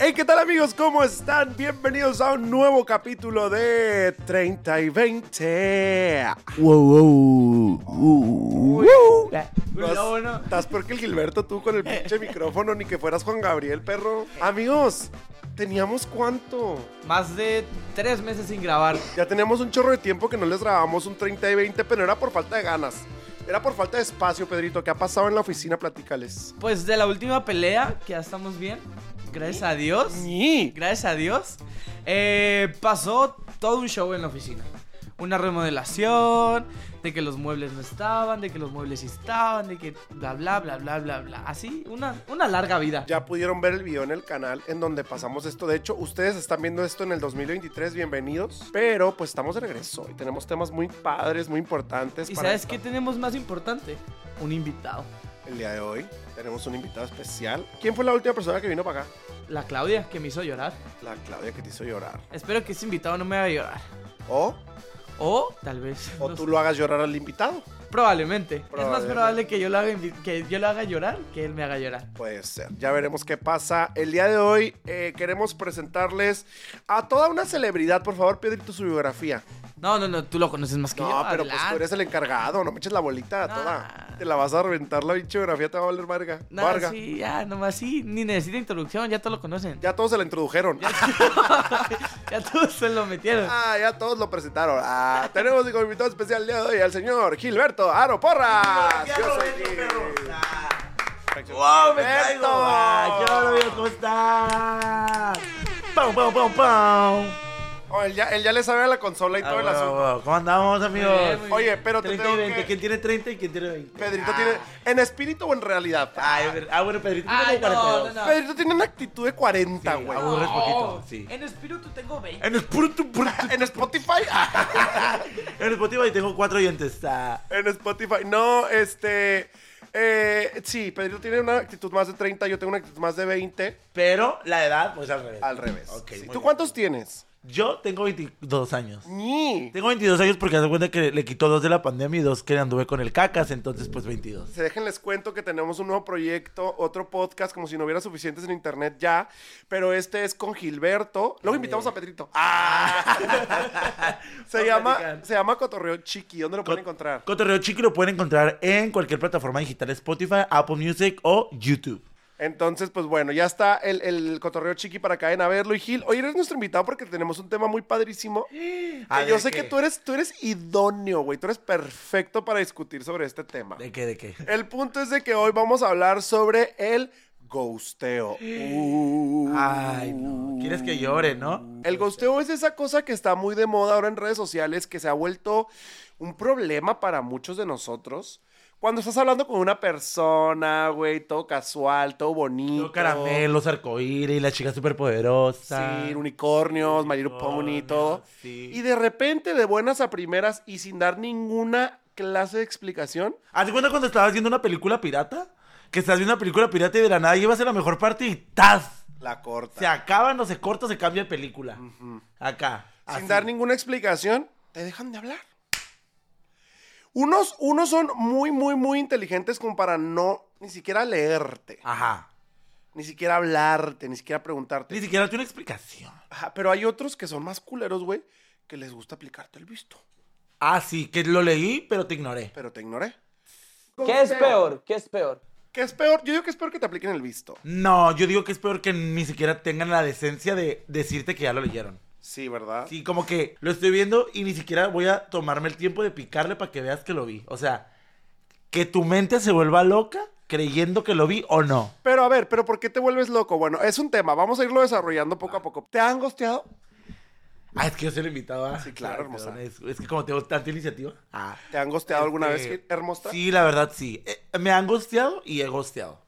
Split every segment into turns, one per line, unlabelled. Hey, ¿qué tal amigos? ¿Cómo están? Bienvenidos a un nuevo capítulo de 30 y 20.
Wow, wow, wow, wow.
No has- Estás porque el Gilberto tú con el pinche micrófono ni que fueras Juan Gabriel, perro. Amigos, teníamos cuánto?
Más de tres meses sin grabar.
Ya teníamos un chorro de tiempo que no les grabamos un 30 y 20, pero no era por falta de ganas. Era por falta de espacio, Pedrito. ¿Qué ha pasado en la oficina? Platícales.
Pues de la última pelea, que ya estamos bien. Gracias a Dios.
Ñi.
Gracias a Dios. Eh, pasó todo un show en la oficina. Una remodelación, de que los muebles no estaban, de que los muebles sí estaban, de que bla, bla, bla, bla, bla, bla. Así, una, una larga vida.
Ya pudieron ver el video en el canal en donde pasamos esto. De hecho, ustedes están viendo esto en el 2023, bienvenidos. Pero pues estamos de regreso y tenemos temas muy padres, muy importantes.
¿Y
para
sabes qué tenemos más importante? Un invitado.
El día de hoy tenemos un invitado especial. ¿Quién fue la última persona que vino para acá?
La Claudia, que me hizo llorar.
La Claudia que te hizo llorar.
Espero que ese invitado no me haga llorar.
O,
O tal vez...
o
no
tú
sé.
lo hagas llorar al invitado.
Probablemente. Es más
Probablemente.
probable que yo, lo haga, invi- que yo lo haga llorar que él me haga llorar.
Puede ser. Ya veremos qué pasa. El día de hoy eh, queremos presentarles a toda una celebridad. Por favor, Pedrito, su biografía.
No, no, no, tú lo conoces más que yo.
No, pero pues tú
adelante.
eres el encargado. No me eches la bolita
Nah.
toda. Te la vas a reventar la pinche biografía. Te va a valer Varga.
Ah. No,
Varga.
sí, ya, nomás sí, ni necesita introducción, ya todos lo conocen. Ya,
Ya todos se la introdujeron.
todos se lo metieron.
Ah, ya todos lo presentaron. Ah, tenemos como invitado especial el día de hoy al señor Gilberto Aro Porras. Yo soy Gil.
¡Wow! ¡Me
Perfecto.
caigo! Ah, ¡Qué hola, amigos! ¿Cómo están? ¡Pum, pum, pum, pum!
Oh, él, ya, él ya le sabe a la consola y
Ah,
todo el
wow,
asunto.
wow. ¿Cómo andamos, amigos?
Muy bien, muy bien.
Oye, pero te
30
tengo
y 20.
que...
¿Quién tiene 30 y quién tiene 20?
Pedrito
Ah.
tiene... ¿En espíritu o en realidad?
Ay, ver- ah, bueno, Pedrito tiene
Ay,
como
no,
42.
no, no.
Pedrito tiene una actitud de 40,
Sí, ah,
güey.
aburre. aburres
No.
poquito, sí.
Oh, En espíritu tengo 20.
En Spotify,
en Spotify. ah,
en Spotify tengo 4 oyentes. Ah.
en Spotify. No, este... eh, sí, Pedrito tiene una actitud más de 30, yo tengo una actitud más de 20.
Pero la edad, pues al revés.
Al revés.
Ok,
Sí.
muy
¿Tú
bien.
cuántos tienes?
Yo tengo 22 años.
Ni.
Tengo 22 años porque hace cuenta que le quitó dos de la pandemia y dos que anduve con el cacas, entonces pues 22.
Se dejen les cuento que tenemos un nuevo proyecto, otro podcast, como si no hubiera suficientes en internet ya, pero este es con Gilberto. Luego invitamos a Pedrito. ¡Ah! se,
Vamos a
llama,
platicar.
se llama Cotorreo Chiqui. ¿Dónde lo pueden encontrar?
Cotorreo Chiqui lo pueden encontrar en cualquier plataforma digital, Spotify, Apple Music o YouTube.
Entonces, pues bueno, ya está el, el Cotorreo Chiqui para que vayan a verlo. Y Gil, hoy eres nuestro invitado porque tenemos un tema muy padrísimo. que
A ver,
yo sé
Ah, ¿qué?
que tú eres, tú eres idóneo, güey. Tú eres perfecto para discutir sobre este tema.
¿De qué? ¿De qué?
El punto es de que hoy vamos a hablar sobre el ghosteo. Uh.
Ay, no. Quieres que llore, ¿no?
El ghosteo es esa cosa que está muy de moda ahora en redes sociales, que se ha vuelto un problema para muchos de nosotros. Cuando estás hablando con una persona, güey, todo casual, todo bonito.
Los caramelos, arcoíris, la chica superpoderosa.
Sí, unicornios, My Little Pony,
Unicornios,
todo.
sí.
Y de repente, de buenas a primeras y sin dar ninguna clase de explicación,
¿Haz de cuenta cuando estabas viendo una película pirata? Que estás viendo una película pirata y de la nada llevas a la mejor parte y ¡tas!
la corta.
Se acaba, no se corta, se cambia de película. Acá. así.
sin dar ninguna explicación, te dejan de hablar. Unos, unos son muy, muy, muy inteligentes como para no ni siquiera leerte,
Ajá.
ni siquiera hablarte, ni siquiera preguntarte.
Ni siquiera te una explicación.
Ajá, pero hay otros que son más culeros, güey, que les gusta aplicarte el visto.
Ah, sí, que lo leí, pero te ignoré.
Pero te ignoré.
¿Qué es peor? ¿Qué es peor?
¿Qué es peor? Yo digo que es peor que te apliquen el visto.
No, yo digo que es peor que ni siquiera tengan la decencia de decirte que ya lo leyeron.
Sí, ¿verdad?
Sí, como que lo estoy viendo y ni siquiera voy a tomarme el tiempo de picarle para que veas que lo vi. O sea, que tu mente se vuelva loca creyendo que lo vi o no.
Pero a ver, ¿pero por qué te vuelves loco? Bueno, es un tema, vamos a irlo desarrollando poco a poco. ¿Te han gosteado?
Ah, es que yo soy el invitado. ah.
Sí, claro, hermosa.
perdón, Es, es que como tengo tanta iniciativa. Ah.
¿Te han gosteado alguna vez,
Este,
Gil? hermosa?
Sí, la verdad, sí. Eh, me han gosteado y he gosteado.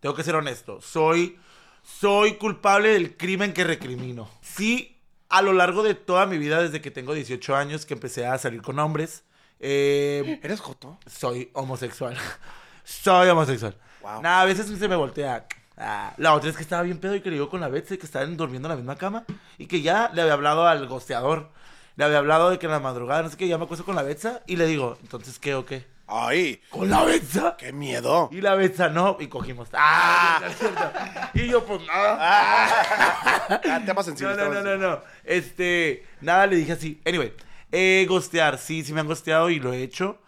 Tengo que ser honesto. Soy, soy culpable del crimen que recrimino. Sí, a lo largo de toda mi vida, desde que tengo 18 años, que empecé a salir con hombres, eh,
¿Eres joto?
soy homosexual. soy homosexual.
Wow.
Nada, a veces se me voltea. Ah, la otra es que estaba bien pedo y que le digo con la Betsy que estaban durmiendo en la misma cama y que ya le había hablado al gosteador. Le había hablado de que en la madrugada, no sé qué, ya me acuesto con la Betsa y le digo, entonces, ¿qué o qué?
Ay,
Con la Betsa.
qué miedo.
Y la Betsa no, y cogimos. ¡Ah! No es cierto. Y yo, pues nada.
Ah, tema sensible.
No, no,
tema
no, no,
sensible.
no. Este, nada, le dije así. Anyway, eh, gostear, sí, sí me han gosteado y lo he hecho.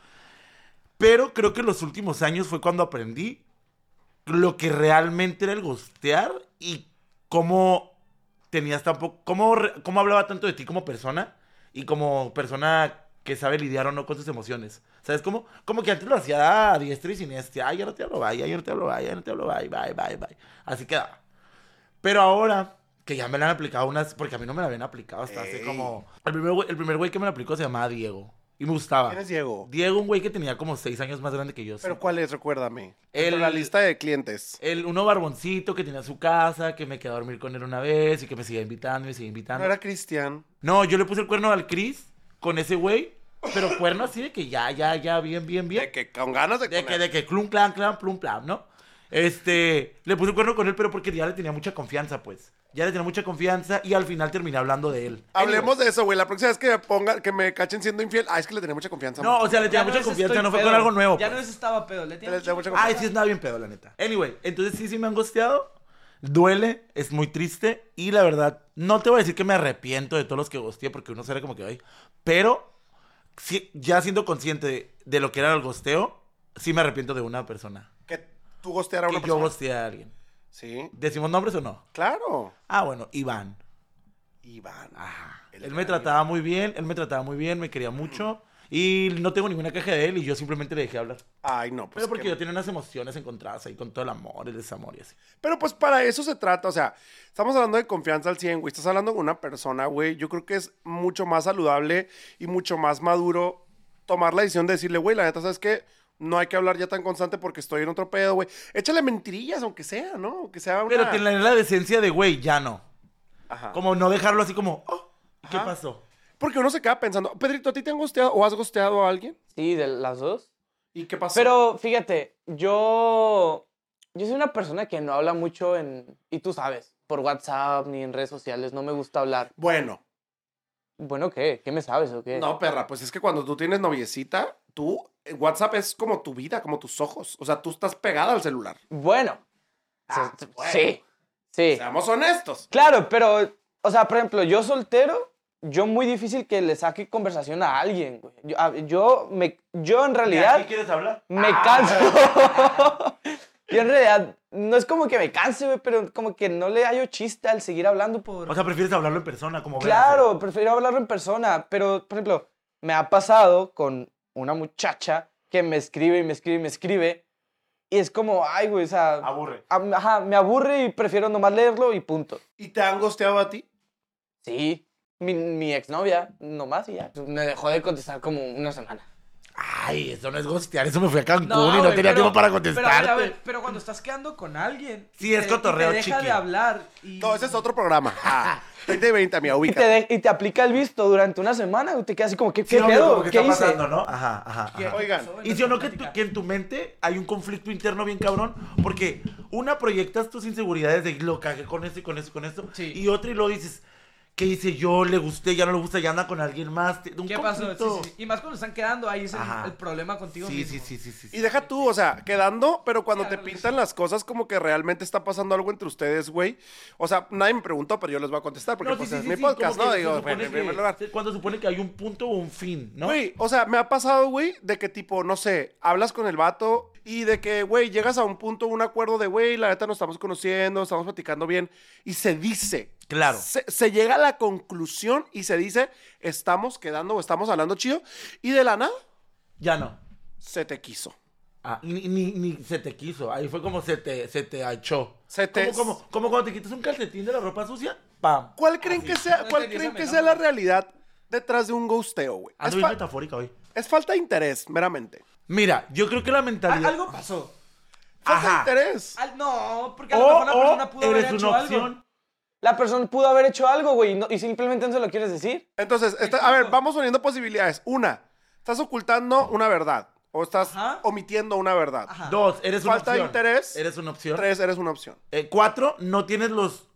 Pero creo que en los últimos años fue cuando aprendí lo que realmente era el gostear y cómo tenías tampoco, cómo, re- cómo hablaba tanto de ti como persona y como persona que sabe lidiar o no con sus emociones. ¿Sabes cómo? Como que antes lo hacía a diestra y siniestra. Ay, ya no te hablo, bye, ya no te hablo, bye, ya no te hablo, bye, bye, bye, bye. Así quedaba. Pero ahora, que ya me la han aplicado unas, porque a mí no me la habían aplicado hasta hace
Ey.
como... El primer, güey- el primer güey que me la aplicó se llamaba Diego. Y me gustaba.
¿Quién es Diego?
Diego, un güey que tenía como seis años más grande que yo.
¿Pero
sí.
cuál es? Recuérdame.
El-
El... La lista de clientes.
El uno barboncito que tenía su casa, que me quedé a dormir con él una vez y que me seguía invitando y me
No
seguía invitando.
era Cristian.
No, yo le puse el cuerno al Chris con ese güey, pero cuerno así de que ya, ya, ya, bien, bien, bien.
De que con ganas de,
De que,
comer.
de que, clum, clan, clan, plum, plan, ¿no? Este, le puse el cuerno con él, pero porque ya le tenía mucha confianza, pues. Ya le tenía mucha confianza y al final terminé hablando de él.
Hablemos de eso, güey. La próxima vez que me pongan, que me cachen siendo infiel. Ah, es que le tenía mucha confianza.
No,
man.
o sea, le tenía
Ya no
mucha
es
confianza,
estoy
no fue
pedo.
con algo nuevo.
Ya
pues.
no es estaba pedo, le
Le
tiene
tenía mucha
Ah,
confianza.
sí, es nada bien pedo, la neta. Anyway, entonces sí, sí me han gosteado. Duele, es muy triste. Y la verdad, no te voy a decir que me arrepiento de todos los que gosteé, porque uno será como que, ay. Pero sí, ya siendo consciente de, de lo que era el gosteo, sí me arrepiento de una persona.
Que tú gostear a
Que
una
yo
persona.
gosteé a alguien.
Sí,
¿Decimos nombres o no?
claro.
Ah, bueno, Iván.
Iván. El
Él me
gran
trataba muy bien, él me trataba muy bien, me quería mucho. Y no tengo ninguna queja de él y yo simplemente le dejé hablar.
Ay, no, pues.
Pero porque
qué-
yo tenía unas emociones encontradas ahí con todo el amor, el desamor y así.
Pero pues para eso se trata, o sea, estamos hablando de confianza al 100, güey. Estás hablando con una persona, güey. Yo creo que es mucho más saludable y mucho más maduro tomar la decisión de decirle, güey, la neta, ¿sabes qué? No hay que hablar ya tan constante porque estoy en otro pedo, güey. Échale mentirillas, aunque sea, ¿no? Aunque sea una...
Pero tener la decencia de, güey, ya no.
Ajá.
Como no dejarlo así como, oh, ¿qué
Ajá.
pasó?
Porque uno se queda pensando, Pedrito, ¿a ti te han gosteado o has gosteado a alguien?
Sí, de las dos.
¿Y qué pasó?
Pero fíjate, yo. Yo soy una persona que no habla mucho en. Y tú sabes, por WhatsApp ni en redes sociales, no me gusta hablar.
Bueno,
Bueno, ¿qué? ¿Qué me sabes o qué?
no, perra, pues es que cuando tú tienes noviecita, tú, eh, WhatsApp es como tu vida, como tus ojos. O sea, tú estás pegada al celular.
Bueno.
Ah,
Se- se-
bueno.
Sí. Sí.
Seamos honestos.
Claro, pero. O sea, por ejemplo, yo soltero, yo muy difícil que le saque conversación a alguien, güey. Yo, a- yo me, yo en realidad.
quieres hablar? Ah.
Me
Ah,
canso. Yo en realidad, no es como que me canse, güey, pero como que no le hallo chiste al seguir hablando por...
O sea, prefieres hablarlo en persona, como ver,
claro, prefiero hablarlo en persona, pero, por ejemplo, me ha pasado con una muchacha que me escribe y me escribe y me escribe, y es como, ay, güey, o sea...
así. Aburre.
am- ajá, me aburre y prefiero nomás leerlo y punto.
¿Y te han gosteado a ti?
Sí, mi, mi exnovia, nomás y ya. Me dejó de contestar como una semana.
Ay, eso no es gostear, eso me fui a Cancún y no
güey,
tenía
pero-
tiempo para
Pero, a ver, a
contestar.
ver, pero cuando estás quedando con alguien.
Sí, es
te-
cotorreo
y te deja
chiqui.
de hablar. Y...
No, ese es otro programa. Ah, 30 y 20, amiga,
Y
ubica.
te, de- y te aplica el visto durante una semana, güey, te quedas así como, ¿qué,
Sí,
qué
obvio,
pedo?
como que
¿Qué
está
hice?
pasando, ¿no? Ajá, ajá,
¿Qué
ajá.
pasó
Oigan,
en
Y
la
si no que,
plática?
tu- que en tu mente hay un conflicto interno bien cabrón, porque una proyectas tus inseguridades de lo cagué con esto y con esto y con esto,
Sí.
y otra y luego dices, ¿qué hice yo? ¿Le gusté? ¿Ya no le gusta? ¿Ya anda con alguien más? te- Un
¿Qué pasó? Sí,
conflicto.
sí, sí. Y más cuando están quedando, ahí es el,
Ajá.
el problema contigo
Sí,
mismo.
sí, sí, sí, sí, sí.
Y deja tú, o sea, quedando, pero cuando te
Claro,
pintan las cosas como que realmente está pasando algo entre ustedes, güey. O sea, nadie me preguntó, pero yo les voy a contestar porque
No, sí,
pues
sí,
es
sí,
mi
sí,
podcast,
como
¿no?
que se
Digo,
supone
en
que-
primer lugar.
se- Cuando supone que hay un punto o un fin, ¿no?
Güey, o sea, me ha pasado, güey, de que tipo, no sé, hablas con el vato y de que, güey, llegas a un punto, un acuerdo de, güey, la neta nos estamos conociendo, estamos platicando bien y se dice.
Claro.
Se, se llega a la conclusión y se dice, estamos quedando o estamos hablando chido y de la nada
Ya no.
se te quiso.
Ah, ni, ni, ni se te quiso. Ahí fue como se te, se te achó.
Se te-
Como, como, como cuando te quitas un calcetín de la ropa sucia, ¡pam!
¿Cuál creen que sea,
No
cuál
entendí
creen
esa
que sea
metáfora.
la realidad detrás de un ghosteo, güey?
Ando
Es,
bien
fa-
Ah, metafórica hoy.
es falta de interés, meramente.
Mira, yo creo que la mentalidad...
Ah, Algo pasó.
Falta
Ajá.
de interés.
Al- no, porque a lo mejor
O,
la
o
persona pudo haber
eres
hecho
una
algo.
opción.
La persona pudo haber hecho algo, güey, y, no- y simplemente no se lo quieres decir.
Entonces, está- a ver, vamos poniendo posibilidades. Una, estás ocultando una verdad o estás
Ajá.
omitiendo una verdad.
Ajá.
Dos, eres una
Falta de
opción.
interés.
Eres una opción.
Tres, eres una opción.
Eh, cuatro, no tienes los...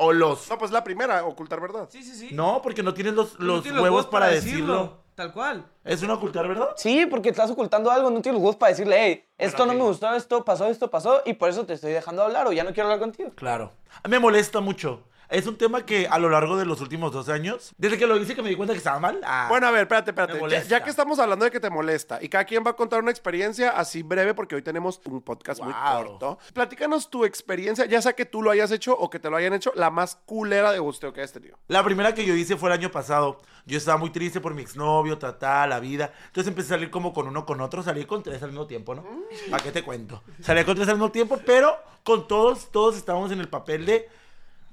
O los...
No, pues la primera, ocultar verdad.
Sí, sí, sí.
No, porque no tienes los,
no
los
tienes
huevos para decirlo.
Tal cual.
Es una ocultar, ¿verdad?
Sí, porque estás ocultando algo, no tienes los huevos para decirle, hey, esto no
Bueno, sí.
me gustó, esto pasó, esto pasó, y por eso te estoy dejando hablar o ya no quiero hablar contigo.
Claro. Me molesta mucho. Es un tema que a lo largo de los últimos dos años, desde que lo hice que me di cuenta que estaba mal. ah,
Bueno, a ver, espérate, espérate.
Me
Ya,
molesta.
ya que estamos hablando de que te molesta y cada quien va a contar una experiencia así breve porque hoy tenemos un podcast muy
Wow.
corto. Platícanos tu experiencia, ya sea que tú lo hayas hecho o que te lo hayan hecho, la más culera de gusteo que hayas tenido.
La primera que yo hice fue el año pasado. Yo estaba muy triste por mi exnovio, trataba la vida. Entonces empecé a salir como con uno, con otro. Salí con tres al mismo tiempo, ¿no? ¿Para qué te cuento? Salí con tres al mismo tiempo, pero con todos, todos estábamos en el papel de...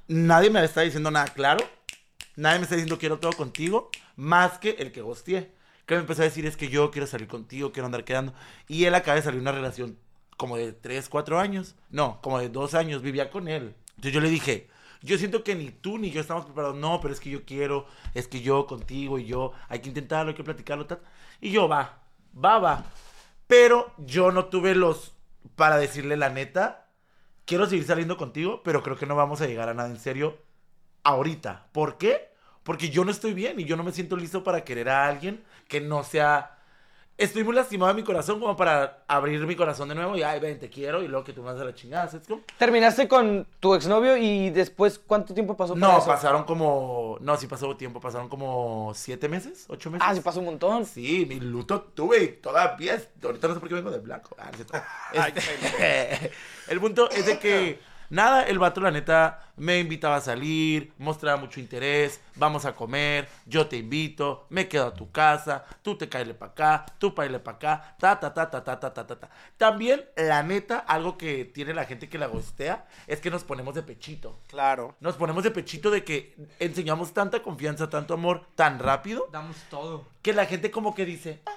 Nadie me está diciendo nada claro. Nadie me está diciendo quiero todo contigo. Más que el que gosteé. Que me empezó a decir es que yo quiero salir contigo, quiero andar quedando. Y él acaba de salir de una relación como de 3, 4 años. No, como de 2 años. Vivía con él. Entonces yo le dije, yo siento que ni tú ni yo estamos preparados. No, pero es que yo quiero, es que yo contigo y yo. Hay que intentarlo, hay que platicarlo. Tal. Y yo va, va, va. Pero yo no tuve los... Para decirle la neta, quiero seguir saliendo contigo, pero creo que no vamos a llegar a nada en serio ahorita. ¿Por qué? Porque yo no estoy bien y yo no me siento listo para querer a alguien que no sea... Estoy muy lastimado en mi corazón como para abrir mi corazón de nuevo y, ay, ven, te quiero y luego que tú me vas a la chingada, ¿sabes cómo?
Terminaste con tu exnovio y después, ¿cuánto tiempo pasó? para
No,
eso?
pasaron como... No, sí pasó tiempo, pasaron como siete meses, ocho meses.
Ah, sí, pasó un montón.
Sí, mi luto tuve y todavía. es- Ahorita no sé por qué vengo de blanco. Ah, no es cierto. Este, el punto es de que, nada, el vato, la neta, me invitaba a salir, mostraba mucho interés. Vamos a comer, yo te invito, me quedo a tu casa, tú te caes para acá, tú paile para acá, ta, ta, ta, ta, ta, ta, ta, ta, ta. También, la neta, algo que tiene la gente que la gostea es que nos ponemos de pechito.
Claro.
Nos ponemos de pechito de que enseñamos tanta confianza, tanto amor, tan rápido
Damos todo.
que la gente como que dice, "Ah,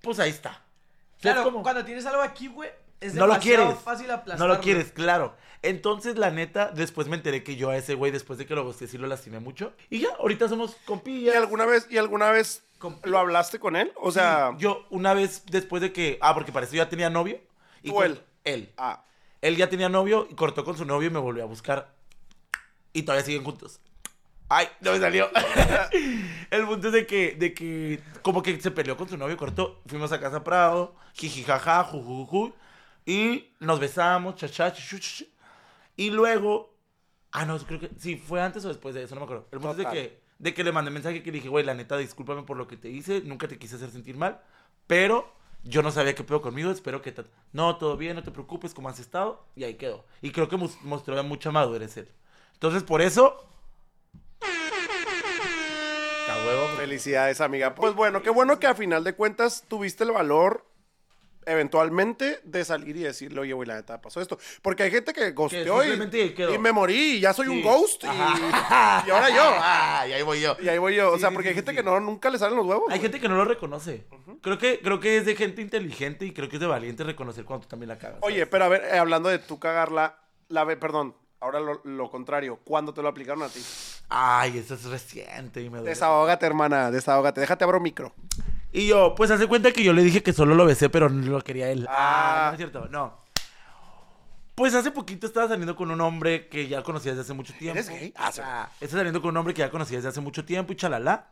pues ahí está. ¿Sabes
Claro,
cómo?
cuando tienes algo aquí, güey, es
no lo
demasiado
quieres.
fácil
no
aplastarlo.
lo quieres, claro. Entonces, la neta, después me enteré que yo a ese güey, después de que lo gusté, sí lo lastimé mucho. Y ya, ahorita somos
¿Y
compillas.
alguna vez, y alguna vez
Com-
lo hablaste con él? O sea,
Yo una vez después de que... Ah, porque para eso ya tenía novio. Y
Tú,
cu-
él.
Él.
ah,
Él ya tenía novio y cortó con su novio y me volvió a buscar. Y todavía siguen juntos. Ay, no me salió. El punto es de que, de que, como que se peleó con su novio, cortó. Fuimos a casa Prado, jijijaja, jujujuju. Y nos besamos, chachá, chuchu, chuchu. Y luego, ah, no, creo que, sí, fue antes o después de eso, no me acuerdo. El punto
Total.
es de que, de que le mandé mensaje que le dije, güey, la neta, discúlpame por lo que te hice, nunca te quise hacer sentir mal, pero yo no sabía qué pedo conmigo, espero que, ta- no, todo bien, no te preocupes, cómo has estado, y ahí quedó. Y creo que mus- mostró mucha madurez él. Entonces, por eso... A huevo, porque-
Felicidades, amiga. Pues bueno, qué bueno que a final de cuentas tuviste el valor eventualmente de salir y decirle, oye, güey, la neta pasó esto. Porque hay gente que gosteó
simplemente
y,
quedó.
y me morí y ya soy un
Sí.
ghost y, y ahora yo.
Ah, y ahí voy yo.
Y ahí voy yo. O
Sí,
sea,
sí,
porque
sí,
hay gente
sí.
que no, nunca le salen los huevos.
Hay
güey.
gente que no lo reconoce. Creo que creo que es de gente inteligente y creo que es de valiente reconocer cuando tú también la cagas.
Oye,
¿sabes?
pero a ver, eh, hablando de tú cagarla, la ve, perdón, ahora lo, lo contrario, ¿cuándo te lo aplicaron a ti?
ay, eso es reciente y me duele.
Desahógate, hermana, desahógate. Déjate abro micro.
Y yo, pues hace cuenta que yo le dije que solo lo besé, pero no lo quería él.
Ah.
Ah, no es cierto, no. Pues hace poquito estaba saliendo con un hombre que ya conocía desde hace mucho tiempo.
¿Eres gay? Ah, sí.
Ah, estaba saliendo con un hombre que ya conocía desde hace mucho tiempo y chalala.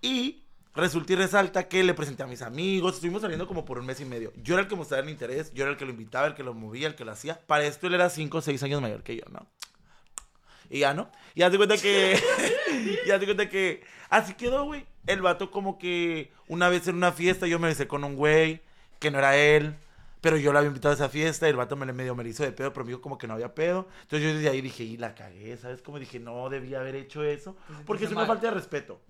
Y resulta y resalta que le presenté a mis amigos. Estuvimos saliendo como por un mes y medio. Yo era el que mostraba el interés, yo era el que lo invitaba, el que lo movía, el que lo hacía. Para esto él era 5 o 6 años mayor que yo, ¿no? Y ya, ¿no? Y haz de cuenta que. y haz de cuenta que. Así quedó, güey. El vato, como que una vez en una fiesta, yo me besé con un güey que no era él. Pero yo lo había invitado a esa fiesta y el vato me le medio me le hizo de pedo, pero me dijo como que no había pedo. Entonces yo desde ahí dije, y la cagué, ¿sabes? Como dije, no debía haber hecho eso.
sentiste
Porque es una
mal.
falta de respeto.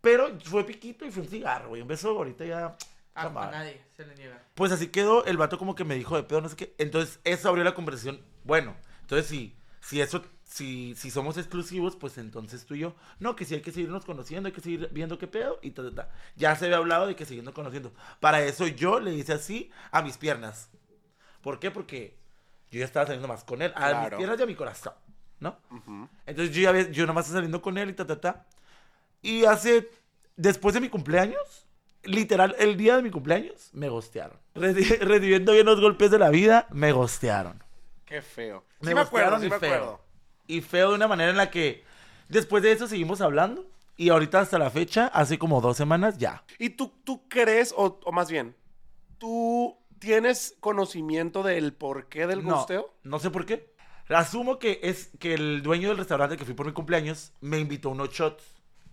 Pero fue piquito y fue un cigarro, güey. Un beso ahorita ya.
A,
jamás.
a Ah, nadie se le niega.
Pues así quedó, el vato como que me dijo de pedo, no sé qué. Entonces, eso abrió la conversación. Bueno, entonces si, si eso, si, si somos exclusivos, pues entonces tú y yo. No, que si hay que seguirnos conociendo, hay que seguir viendo qué pedo y ta, ta, ta. Ya se había hablado de que siguiendo conociendo. Para eso yo le hice así a mis piernas. ¿Por qué? Porque yo ya estaba saliendo más con él. A
Claro.
mis piernas y a mi corazón, ¿no? Entonces yo ya había- yo nomás estaba saliendo con él y ta, ta, ta. Y hace, después de mi cumpleaños, literal, el día de mi cumpleaños, me gostearon. Reci- Recibiendo bien los golpes de la vida, me gostearon.
Qué feo. Sí
Me
me, acuerdo,
gostearon
sí
y
me
feo.
acuerdo.
Y feo de una manera en la que después de eso seguimos hablando. Y ahorita hasta la fecha, hace como dos semanas ya.
¿Y tú, tú crees, o, o más bien, tú tienes conocimiento del porqué del
No,
gusteo?
no sé por qué. Asumo que es que el dueño del restaurante que fui por mi cumpleaños me invitó unos shots.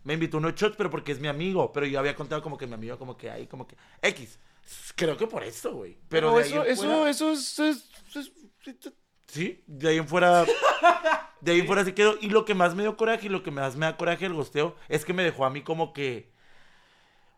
Me invitó unos shots, pero porque es mi amigo. Pero yo había contado como que mi amigo, como que ahí, como que. X. Creo que por eso, güey. Pero
No,
de ahí
eso,
en fuera-
eso, eso es, es- es- es-
Sí, de ahí en fuera. De ahí en fuera se quedó. Y lo que más me dio coraje y lo que más me da coraje el gosteo es que me dejó a mí como que.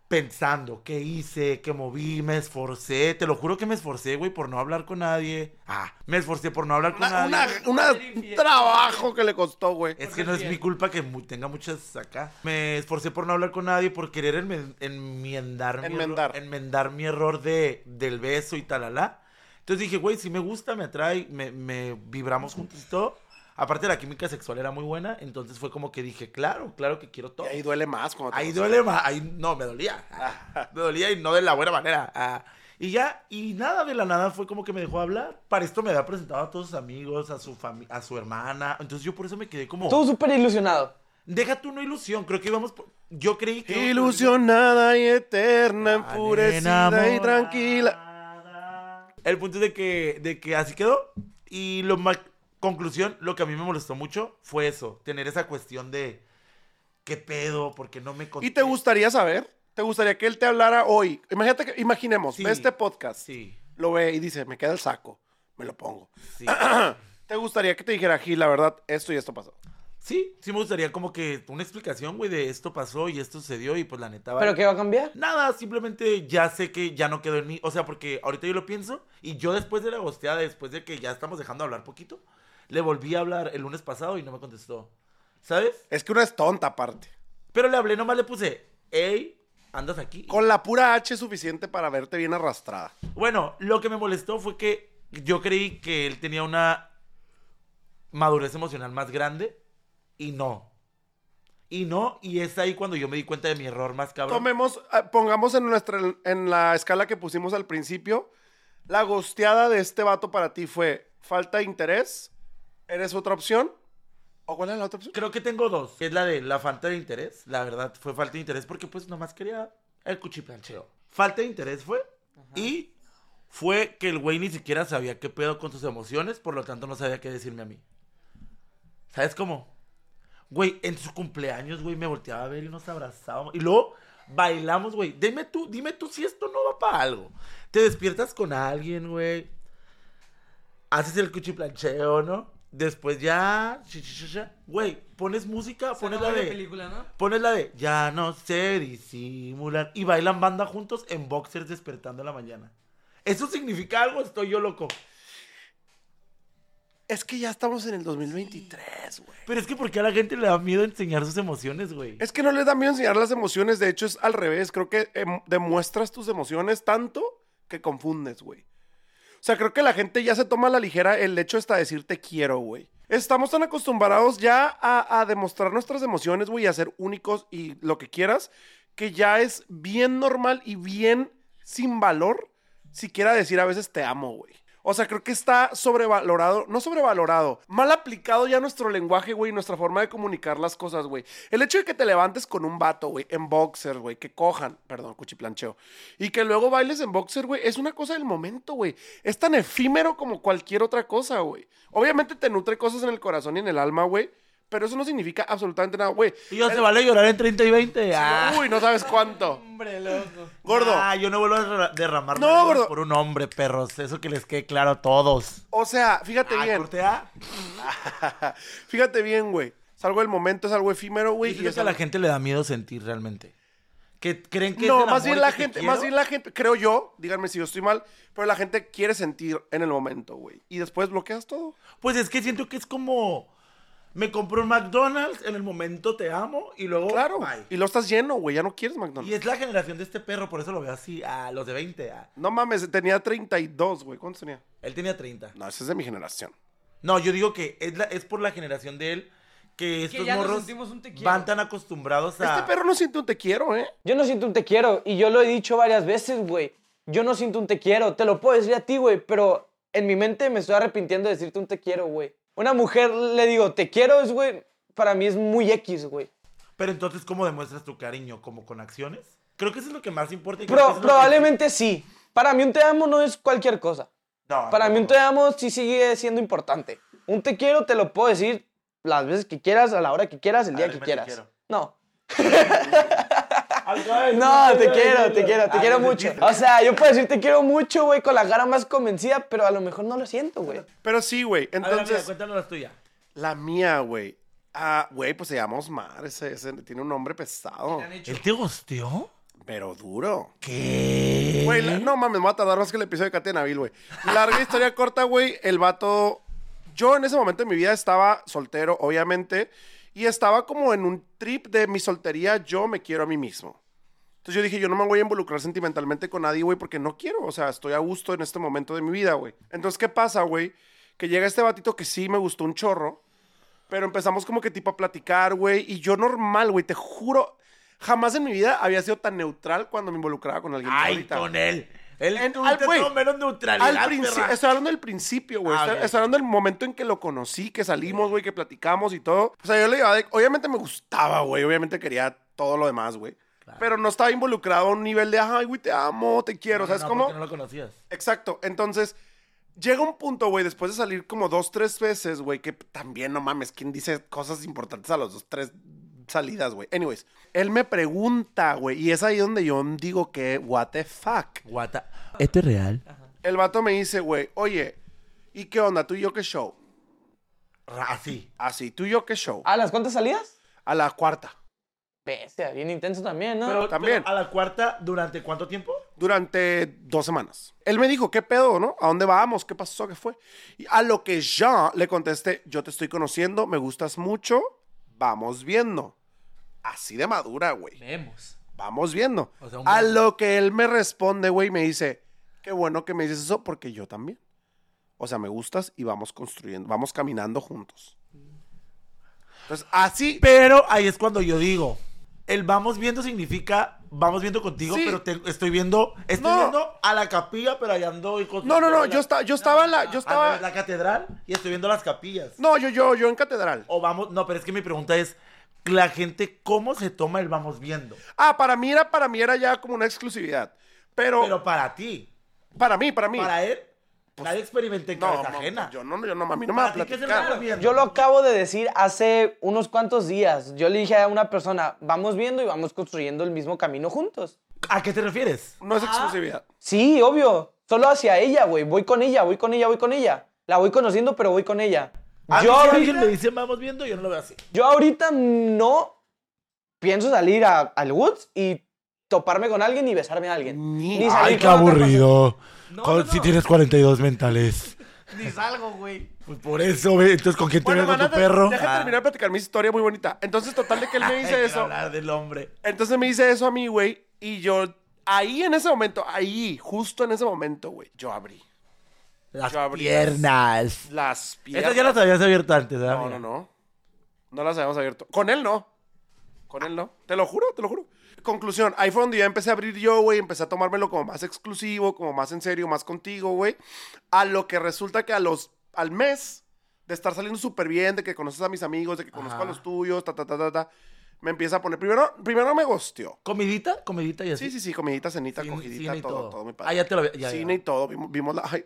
Pensando, ¿qué hice? ¿Qué moví? Me esforcé. Te lo juro que me esforcé, güey, por no hablar con nadie. Ah, me esforcé por no hablar con
una,
nadie.
una- una- un trabajo que le costó, güey.
Es que no es mi culpa que mu- tenga muchas acá. Me esforcé por no hablar con nadie, por querer enmen- enmendar, mi erro-
Enmendar.
enmendar mi error de, del beso y talala. Entonces dije, güey, si me gusta, me atrae, me, me vibramos juntos y todo. Aparte, la química sexual era muy buena, entonces fue como que dije, claro, claro que quiero todo.
Y ahí duele más. cuando te
Ahí
gusta.
duele más. Ahí no, me dolía. Ah, me dolía y no de la buena manera. Ah, y ya, y nada de la nada fue como que me dejó hablar. Para esto me había presentado a todos sus amigos, a su fami- a su hermana. Entonces yo por eso me quedé como.
Todo súper ilusionado.
Deja tú una ilusión. Creo que íbamos. por- Yo creí que.
Ilusionada y eterna,
Tan
enfurecida y
enamorada.
tranquila.
El punto es de que, de que así quedó. Y lo ma- conclusión, lo que a mí me molestó mucho fue eso. Tener esa cuestión de. ¿Qué pedo? Porque no me
¿Y te
gusta
gustaría saber? ¿Te gustaría que él te hablara hoy? Imagínate que, imaginemos,
Sí.
ve este podcast,
Sí.
lo ve y dice, me queda el saco, me lo pongo.
Sí.
¿Te gustaría que te dijera, Gil, la verdad, esto y esto pasó?
Sí, sí me gustaría como que una explicación, güey, de esto pasó y esto sucedió y pues la neta...
¿Pero
vale.
qué va a cambiar?
Nada, simplemente ya sé que ya no quedó en mí. O sea, porque ahorita yo lo pienso y yo después de la gosteada, después de que ya estamos dejando hablar poquito, le volví a hablar el lunes pasado y no me contestó. ¿Sabes?
Es que una es tonta aparte.
Pero le hablé, nomás le puse, hey, andas aquí.
Con la pura H es suficiente para verte bien arrastrada.
Bueno, lo que me molestó fue que yo creí que él tenía una madurez emocional más grande y no. Y no, y es ahí cuando yo me di cuenta de mi error más cabrón.
Tomemos, ah, pongamos en, nuestra, en la escala que pusimos al principio, la gosteada de este vato para ti fue falta de interés, eres otra opción, o cuál es la otra opción?
Creo que tengo dos. Es la de la falta de interés. La verdad, fue falta de interés porque pues nomás quería el cuchiplancheo. Falta de interés fue. Y fue que el güey ni siquiera sabía qué pedo con sus emociones, por lo tanto no sabía qué decirme a mí. ¿Sabes cómo? Güey, en su cumpleaños, güey, me volteaba a ver y nos abrazábamos. Y luego bailamos, güey. Dime tú, dime tú si esto no va para algo. Te despiertas con alguien, güey. Haces el cuchiplancheo, ¿no? Después ya, shi, shi, shi, shi. güey, pones música, pones la de...
película, ¿no?
Pones la de Ya no sé disimular. Y bailan banda juntos en boxers despertando en la mañana. ¿Eso significa algo? Estoy yo loco.
Es que ya estamos en el 2023, güey.
Pero es que porque a la gente le da miedo enseñar sus emociones, güey.
Es que no les da miedo enseñar las emociones, de hecho es al revés, creo que em, demuestras tus emociones tanto que confundes, güey. O sea, creo que la gente ya se toma a la ligera el hecho hasta decir te quiero, güey. Estamos tan acostumbrados ya a, a demostrar nuestras emociones, güey, a ser únicos y lo que quieras, que ya es bien normal y bien sin valor siquiera decir a veces te amo, güey. O sea, creo que está sobrevalorado, no sobrevalorado, mal aplicado ya nuestro lenguaje, güey, nuestra forma de comunicar las cosas, güey. El hecho de que te levantes con un vato, güey, en boxer, güey, que cojan, perdón, cuchiplancheo, y que luego bailes en boxer, güey, es una cosa del momento, güey. Es tan efímero como cualquier otra cosa, güey. Obviamente te nutre cosas en el corazón y en el alma, güey, pero eso no significa absolutamente nada, güey.
Y yo se vale llorar en 30 y 20. ah.
Uy, no sabes cuánto.
Hombre, loco.
Gordo.
Ah, yo no vuelvo a derra- derramar
No,
lágrimas
gordo.
por un hombre, perros. Eso que les quede claro a todos.
O sea, fíjate
Ah,
bien.
corte A.
Fíjate bien, güey. Es algo del momento, es algo efímero, güey.
Yo
y
siento
es
que a la
algo-
gente le da miedo sentir realmente. Que creen que es
No,
el
más
amor
bien
y
la
que te
gente,
quiero.
más bien la gente, creo yo, díganme si yo estoy mal, pero la gente quiere sentir en el momento, güey. Y después bloqueas todo.
Pues es que siento que es como. Me compré un McDonald's, en el momento te amo y luego.
Claro.
bye.
Y lo estás lleno, güey. Ya no quieres McDonald's.
Oh Y es la generación de este perro, por eso lo veo así, a los de 20. ah.
No mames, tenía 32, güey. ¿Cuántos tenía?
Él tenía 30.
No, ese es de mi generación.
No, yo digo que es, la- es por la generación de él que estos
ya nos
morros
sentimos un te quiero.
van tan acostumbrados a.
Este perro no siente un te quiero, ¿eh?
Yo no siento un te quiero y yo lo he dicho varias veces, güey. Yo no siento un te quiero, te lo puedo decir a ti, güey, pero en mi mente me estoy arrepintiendo de decirte un te quiero, güey. Una mujer le digo, te quiero, es, güey, para mí es muy X, güey.
Pero entonces, ¿cómo demuestras tu cariño? ¿Como con acciones? Creo que eso es lo que más importa. y creo que
Pro-
eso es lo que-
probablemente sí. Para mí un te amo no es cualquier cosa.
No,
Para
no,
mí un
no.
te amo sí sigue siendo importante. Un te quiero te lo puedo decir las veces que quieras, a la hora que quieras, el
A
día
ver,
que
dime
quieras.
te quiero.
No.
Ay, ay,
No, te
ay,
quiero,
ay,
te
ay.
quiero, te
Ay,
quiero
no
mucho. Ah,
sentiste.
O sea, yo puedo decir te quiero mucho, güey, con la cara más convencida, pero a lo mejor no lo siento, güey.
Pero sí, güey.
A ver, amiga,
Entonces,
cuéntanos la tuya.
la mía, güey. Ah, güey, pues se llama Osmar. Ese, ese tiene un nombre pesado,
¿Te han hecho?
¿Él te gusteó?
pero duro.
¿Qué?
Güey, la- no mames, me va a tardar más que el episodio de Katia Nabil, güey. Larga historia corta, güey. El vato. Yo en ese momento de mi vida estaba soltero, obviamente. Y estaba como en un trip de mi soltería, yo me quiero a mí mismo. Entonces yo dije, yo no me voy a involucrar sentimentalmente con nadie, güey, porque no quiero. O sea, estoy a gusto en este momento de mi vida, güey. Entonces, ¿qué pasa, güey? Que llega este batito que sí me gustó un chorro. Pero empezamos como que tipo a platicar, güey. Y yo normal, güey, te juro. Jamás en mi vida había sido tan neutral cuando me involucraba con alguien.
Ay,
ahorita.
con él. Él
En-
tú
al-
te
güey,
todo menos neutralidad,
Al principio,
perra.
estoy hablando del principio, güey.
Ah,
estoy,
ok.
estoy hablando del momento en que lo conocí, que salimos, güey, que platicamos y todo. O sea, yo le llevaba de- Obviamente me gustaba, güey. Obviamente quería todo lo demás, güey. Pero no estaba involucrado a un nivel de, ay, güey, te amo, te quiero.
No,
¿Sabes
no,
cómo?
porque no lo conocías.
Exacto. Entonces, llega un punto, güey, después de salir como dos, tres veces, güey, que también no mames, ¿quién dice cosas importantes a las dos, tres salidas, güey? Anyways, él me pregunta, güey, y es ahí donde yo digo que, what the fuck.
Guata. ¿Esto es real?
El vato me dice, güey, oye, ¿y qué onda? ¿Tú y yo qué show?
Así.
Así, ¿tú y yo qué show?
¿A las cuántas salidas?
A la cuarta.
Bestia, bien intenso también, ¿no?
Pero
también.
pero, a la cuarta, ¿durante cuánto tiempo?
Durante dos semanas. Él me dijo, ¿qué pedo, no? ¿A dónde vamos? ¿Qué pasó? ¿Qué fue? Y a lo que yo le contesté, yo te estoy conociendo, me gustas mucho, vamos viendo. Así de madura, güey.
Vemos.
Vamos viendo.
O sea, un
a
gran-
lo que él me responde, güey, me dice, qué bueno que me dices eso porque yo también. O sea, me gustas y vamos construyendo, vamos caminando juntos. Entonces, así,
Pero ahí es cuando yo digo, el vamos viendo significa vamos viendo contigo,
Sí.
pero te- estoy viendo, estoy
No.
viendo a la capilla, pero allá ando y con-
No, no, no,
la-
yo, esta- yo estaba en la. Yo
al
estaba.
revés, la catedral y estoy viendo las capillas.
No, yo, yo, yo en catedral.
O vamos, no, pero es que mi pregunta es la gente cómo se toma el vamos viendo.
Ah, para mí era, para mí era ya como una exclusividad. Pero,
Pero para ti,
para mí, para mí.
para él, nadie experimenté en
Pues, no,
cabeza
no,
ajena.
yo no, yo no, a mí no me va a
¿Para ti qué es el
platicar.
vamos viendo?
Yo lo acabo de decir hace unos cuantos días. Yo le dije a una persona, vamos viendo y vamos construyendo el mismo camino juntos.
¿A qué te refieres?
No es exclusividad.
Sí, obvio. Solo hacia ella, güey. Voy con ella, voy con ella, voy con ella. La voy conociendo, pero voy con ella.
A mí
Yo
si
ahorita,
Ah, alguien me dice vamos viendo, yo no lo veo así.
yo ahorita no pienso salir a- al Woods y toparme con alguien y besarme a alguien.
Ni-
Ni salir con otra
No, Con- no, si no.
tienes 42 mentales.
Ni salgo, güey.
Pues por eso, ve, entonces con quién te
Bueno,
ves con tu
manada,
perro.
deja
Ah.
terminar de platicar mi historia muy bonita. Entonces, total de Ah, que él me
Ay,
dice
quiero
eso.
hablar del hombre.
Entonces me dice eso a mí, güey. Y yo, ahí en ese momento, ahí, justo en ese momento, güey, yo abrí
Las
Yo abrí
piernas.
las piernas.
Estas ya las habías abierto antes, ¿verdad?
No,
amiga?
no, no. No las habíamos abierto. Con él no. Con él no. Te lo juro, te lo juro. Conclusión, ahí fue donde ya empecé a abrir yo, güey. Empecé a tomármelo como más exclusivo, como más en serio, más contigo, güey. A lo que resulta que a los, al mes de estar saliendo súper bien, de que conoces a mis amigos, de que conozco a
Ajá.
los tuyos, ta, ta, ta, ta, ta, me empieza a poner. Primero, primero me gosteó.
¿Comidita? ¿Comidita y así?
Sí, sí, sí, comidita, cenita,
Cine-
cogidita,
cine y
todo,
todo.
todo, mi padre.
Ah, ya te lo había- ya,
Cine
ya.
y todo, vimos, vimos la... ay,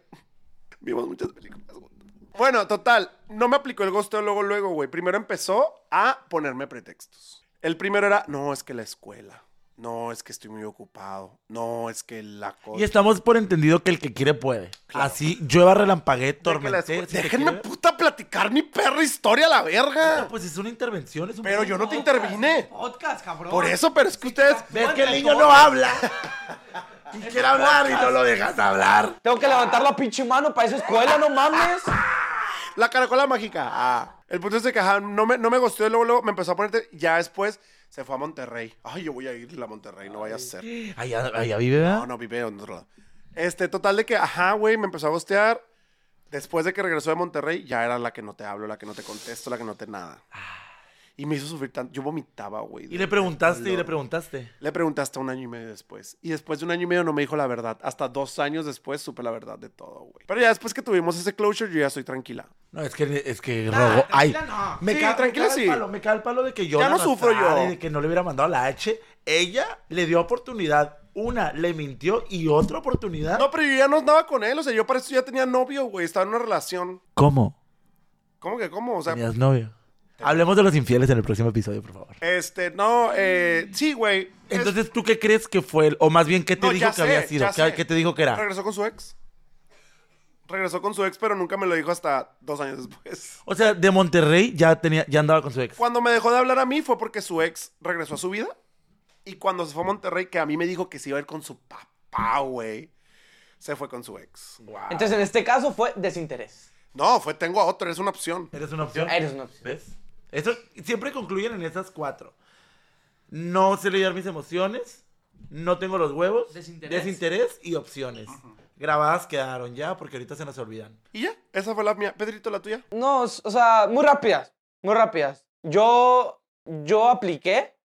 vimos muchas películas. güey. Bueno, total, no me aplicó el gosteo luego, luego, güey. Primero empezó a ponerme pretextos. El primero era, no, es que la escuela. No, es que estoy muy ocupado. No, es que la cosa...
Y este estamos por entendido que el que quiere puede.
Claro.
Así, llueva, relampagué,
De que la escu-
tormenté. si te
Déjenme
quiere-
puta platicar mi perra historia a la verga.
Ah, Pues es una intervención, es un...
Pero yo no te intervine.
Podcast, cabrón.
Por eso, pero es que ustedes...
¿Ves que el niño no habla? Y quiere hablar y no lo dejas hablar.
Tengo que levantar la pinche mano para esa escuela, no mames.
La caracola mágica. Ah. El punto es de que ajá, no me, no me gustó y luego, luego me empezó a ponerte. Ya después se fue a Monterrey. Ay, yo voy a ir a Monterrey, no vaya a ser.
Allá, allá vive, ¿verdad?
No, no, vive en otro lado. Este, total de que, ajá, güey, me empezó a gostear. Después de que regresó de Monterrey, ya era la que no te hablo, la que no te contesto, la que no te nada. Y me hizo sufrir tanto. Yo vomitaba, güey.
Ah. Y
de-
le preguntaste,
de
y le
dolor.
preguntaste.
Le pregunté hasta un año y medio después. Y después de un año y medio no me dijo la verdad. Hasta dos años después supe la verdad de todo, güey. Pero ya después que tuvimos ese closure, yo ya estoy tranquila.
No, es que, es que
Nah,
robo. Ay,
tranquila, no.
me
Sí,
cae
tranquila,
me caga el
sí.
palo, me cae el palo de que yo.
Ya
la
no sufro
arrastrara
yo.
y De que no le hubiera mandado la H. Ella le dio oportunidad. Una, le mintió y otra oportunidad.
No, pero yo ya no andaba con él. O sea, yo para eso ya tenía novio, güey. Estaba en una relación.
¿Cómo?
¿Cómo que cómo? O sea,
Tenías novio. Hablemos de los infieles en el próximo episodio, por favor.
este, no, eh, sí, güey. Es-
Entonces, ¿tú qué crees que fue el, o más bien, qué te
No,
dijo
ya
que
sé,
había sido?
ya
¿Qué,
sé.
qué te dijo que era?
regresó con su ex. Regresó con su ex, pero nunca me lo dijo hasta dos años después.
O sea, de Monterrey ya tenía, ya andaba con su ex.
Cuando me dejó de hablar a mí fue porque su ex regresó a su vida. Y cuando se fue a Monterrey, que a mí me dijo que se iba a ir con su papá, güey. Se fue con su ex.
Entonces, en este caso fue desinterés.
No, fue tengo a otro, es una opción.
Eres una opción.
Eres una opción.
¿Ves? Eso siempre concluyen en esas cuatro. No sé lidiar mis emociones, no tengo los huevos,
Desinterés.
desinterés y opciones. Grabadas quedaron ya porque ahorita se nos olvidan.
Y ya, esa fue la mía. Pedrito, la tuya.
No, s- o sea, muy rápidas, muy rápidas. Yo, yo apliqué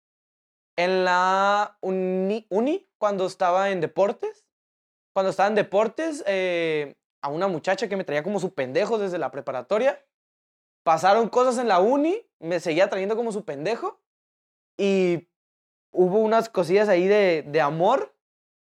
en la uni, uni, cuando estaba en deportes. Cuando estaba en deportes, eh, a una muchacha que me traía como su pendejo desde la preparatoria. Pasaron cosas en la uni, me seguía trayendo como su pendejo. Y hubo unas cosillas ahí de, de amor.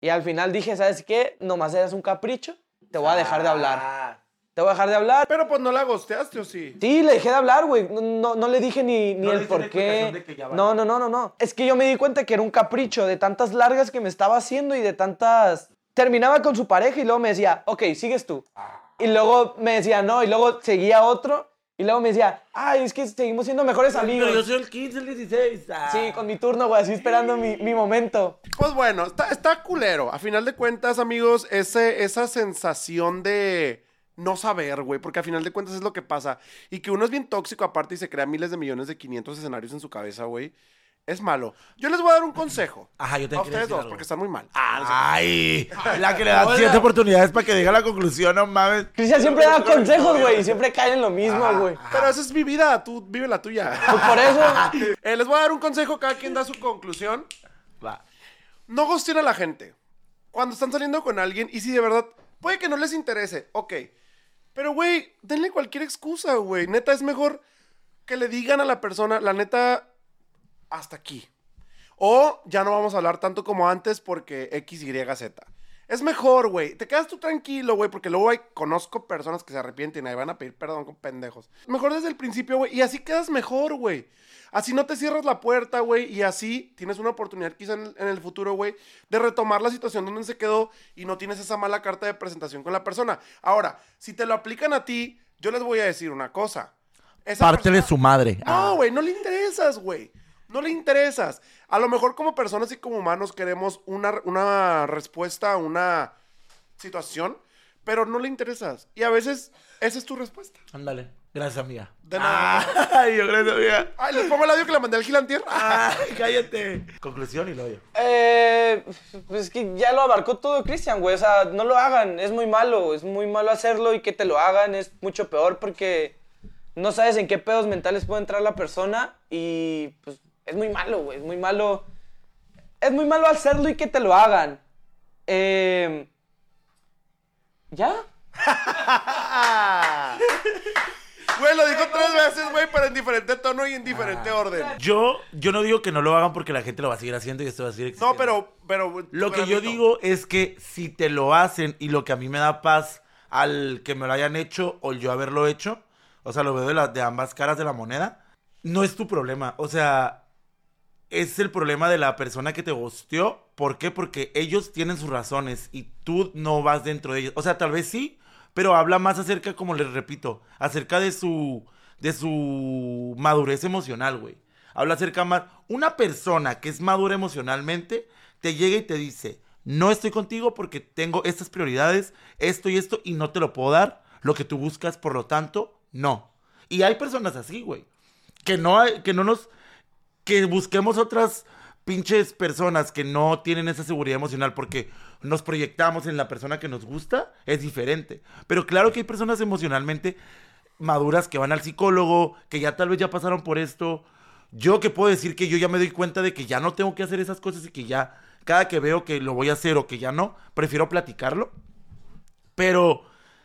Y al final dije, ¿sabes qué? Nomás eras un capricho, te voy a dejar de
Ah.
hablar. Te voy a dejar de hablar.
Pero pues no la gosteaste, ¿o sí?
Sí, le dejé de hablar, güey. No, no, no le dije ni, ni
No le
el
diste la
por qué.
explicación de que ya vale.
No, no, no, no, no. Es que yo me di cuenta que era un capricho de tantas largas que me estaba haciendo y de tantas... Terminaba con su pareja y luego me decía, ok, sigues tú. Y luego me decía, no, y luego seguía otro. Y luego me decía, ay, es que seguimos siendo mejores amigos.
Pero yo soy el 15, el 16. ah.
Sí, con mi turno, güey, así esperando mi, mi momento.
Pues bueno, está, está culero. A final de cuentas, amigos, ese, esa sensación de no saber, güey, porque a final de cuentas es lo que pasa. Y que uno es bien tóxico aparte y se crea miles de millones de 500 escenarios en su cabeza, güey. Es malo. Yo les voy a dar un consejo.
Ajá, yo te
A
quería
ustedes
decir
dos,
algo.
porque están muy mal.
Ay, Ah, la que le da siete oportunidades para que diga la conclusión, no mames.
Cristian siempre da consejos, güey, y siempre cae en lo mismo,
Ah.
güey.
Pero esa es mi vida, tú vive la tuya.
Pues por eso...
Eh, les voy a dar un consejo, cada quien da su conclusión.
Va.
No gosteen a la gente. Cuando están saliendo con alguien y si de verdad puede que no les interese, ok. Pero, güey, denle cualquier excusa, güey. Neta, es mejor que le digan a la persona, la neta, hasta aquí. O ya no vamos a hablar tanto como antes porque X, Y, Z. Es mejor, güey. Te quedas tú tranquilo, güey, porque luego hay, conozco personas que se arrepienten y van a pedir perdón con pendejos. Mejor desde el principio, güey. Y así quedas mejor, güey. Así no te cierras la puerta, güey. Y así tienes una oportunidad quizá en el, en el futuro, güey, de retomar la situación donde se quedó y no tienes esa mala carta de presentación con la persona. Ahora, si te lo aplican a ti, yo les voy a decir una cosa. Esa
Pártele
persona-
su madre. Ah.
no, güey, no le interesas, güey. No le interesas. A lo mejor como personas y como humanos queremos una, una respuesta a una situación, pero no le interesas. Y a veces esa es tu respuesta.
Ándale. Gracias, amiga.
De nada.
Ay, yo gracias, amiga.
Ay, les pongo el audio que le mandé al Gilantier.
Ah. Ay, cállate. Conclusión y lo odio.
Eh, pues es que ya lo abarcó todo Cristian, güey. O sea, no lo hagan. Es muy malo. Es muy malo hacerlo y que te lo hagan es mucho peor porque no sabes en qué pedos mentales puede entrar la persona y pues es muy malo, güey. Es muy malo. Es muy malo hacerlo y que te lo hagan. Eh, ¿Ya?
Güey, lo dijo tres veces, güey, pero en diferente tono y en diferente
Ah.
orden.
Yo, yo no digo que no lo hagan porque la gente lo va a seguir haciendo y esto va a seguir existiendo.
No, pero... pero
Lo que
pero
yo
no.
digo es que si te lo hacen y lo que a mí me da paz al que me lo hayan hecho o el yo haberlo hecho, o sea, lo veo de, la- de ambas caras de la moneda, no es tu problema. O sea, es el problema de la persona que te gusteó. ¿Por qué? Porque ellos tienen sus razones y tú no vas dentro de ellos. O sea, tal vez sí, pero habla más acerca, como les repito, acerca de su, de su madurez emocional, güey. Habla acerca más. Una persona que es madura emocionalmente te llega y te dice, no estoy contigo porque tengo estas prioridades, esto y esto, y no te lo puedo dar, lo que tú buscas, por lo tanto, no. Y hay personas así, güey, que no, hay- que no nos, que busquemos otras pinches personas que no tienen esa seguridad emocional porque nos proyectamos en la persona que nos gusta, es diferente. Pero claro que hay personas emocionalmente maduras que van al psicólogo, que ya tal vez ya pasaron por esto. Yo que puedo decir que yo ya me doy cuenta de que ya no tengo que hacer esas cosas y que ya cada que veo que lo voy a hacer o que ya no, prefiero platicarlo. Pero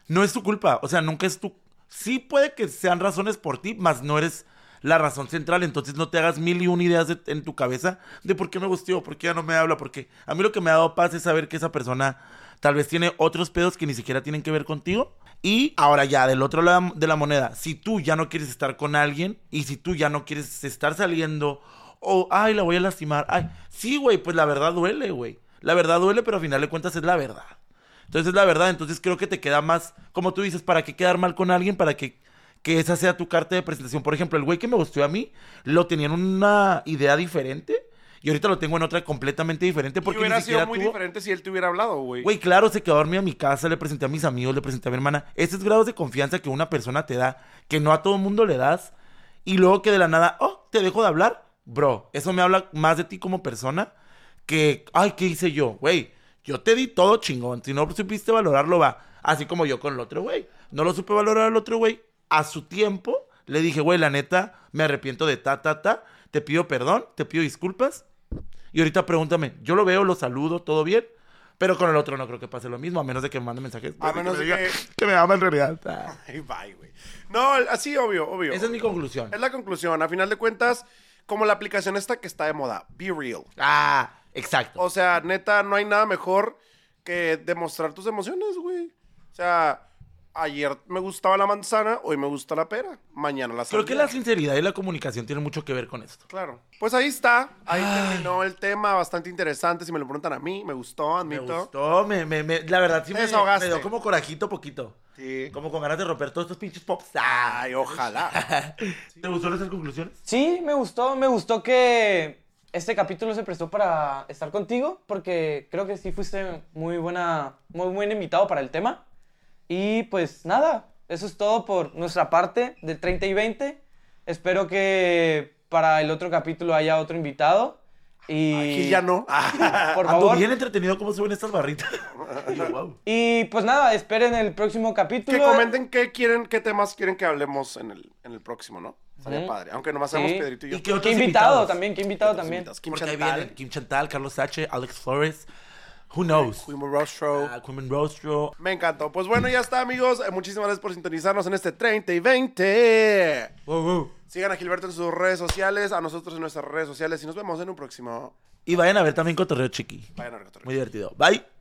no es tu culpa, o sea, nunca es tu Sí puede que sean razones por ti, mas no eres la razón central. Entonces no te hagas mil y una ideas de- en tu cabeza de por qué me gustó, por qué ya no me habla, porque a mí lo que me ha dado paz es saber que esa persona tal vez tiene otros pedos que ni siquiera tienen que ver contigo. Y ahora ya, del otro lado de la moneda, si tú ya no quieres estar con alguien y si tú ya no quieres estar saliendo o, ay, la voy a lastimar, ay, sí, güey, pues la verdad duele, güey. La verdad duele, pero al final de cuentas es la verdad. Entonces, la verdad, entonces creo que te queda más, como tú dices, ¿para qué quedar mal con alguien? Para que, que esa sea tu carta de presentación. Por ejemplo, el güey que me gustó a mí, lo tenía en una idea diferente y ahorita lo tengo en otra completamente diferente
Porque
porque
hubiera
ni siquiera
sido muy
tuvo-
diferente si él te hubiera hablado, güey.
Güey, claro, se quedó a dormir a mi casa, le presenté a mis amigos, le presenté a mi hermana. Esos grados de confianza que una persona te da, que no a todo mundo le das, y luego que de la nada, oh, te dejo de hablar, bro. Eso me habla más de ti como persona que, ay, ¿qué hice yo? Güey, yo te di todo chingón. Si no supiste valorarlo, va. Así como yo con el otro, güey. No lo supe valorar al otro, güey. A su tiempo le dije, güey, la neta, me arrepiento de ta, ta, ta. Te pido perdón, te pido disculpas. Y ahorita pregúntame, yo lo veo, lo saludo, todo bien. Pero con el otro no creo que pase lo mismo, a menos de que me mande mensajes.
A menos
me
de
diga
que-
me ama en realidad. Ah.
Ay, bye, güey. No, así obvio, obvio.
Esa es mi conclusión.
Es la conclusión. A final de cuentas, como la aplicación esta que está de moda, Be Real.
Ah, exacto.
O sea, neta, no hay nada mejor que demostrar tus emociones, güey. O sea, ayer me gustaba la manzana, hoy me gusta la pera, mañana la
Creo
sandía.
que la sinceridad y la comunicación tienen mucho que ver con esto.
Claro. Pues ahí está. Ahí terminó el tema. Bastante interesante. Si me lo preguntan a mí, me gustó,
Me
admito.
gustó, me, me, me- la verdad sí
Te
me,
desahogaste.
me dio como corajito poquito.
Sí.
Como con ganas de romper todos estos pinches pops. Ah.
Ay, ojalá.
¿Te gustaron esas conclusiones?
Sí, me gustó, me gustó que este capítulo se prestó para estar contigo, porque creo que sí fuiste muy buena, muy buen invitado para el tema. Y pues nada, eso es todo por nuestra parte del 30 y 20. Espero que para el otro capítulo haya otro invitado. Y
Aquí ya no.
Ah.
Ah,
Por
Ando
favor.
bien entretenido cómo suben estas barritas. Yo, wow.
Y pues nada, esperen el próximo capítulo.
que comenten qué quieren, qué temas quieren que hablemos en el, en el próximo, ¿no? Estaría
Ujú.
padre. Aunque nomás seamos
Sí.
Pedrito y yo.
¿Y qué
Qué
otros
invitado
invitados?
también, qué invitado también.
Invitados. Kim
Porque ahí
Chantal,
vienen Kim Chantal, Carlos H, Alex Flores. Who knows?
Queen Rostro.
Ah, Quimmen Rostro.
Me encantó. Pues bueno, ya está, amigos. Eh, Muchísimas gracias por sintonizarnos en este 30 y 20.
Wow, wow.
Sigan a Gilberto en sus redes sociales, a nosotros en nuestras redes sociales y nos vemos en un próximo.
Y vayan a ver también Cotorreo Chiqui.
Vayan a ver qué otro-
Muy divertido. Bye.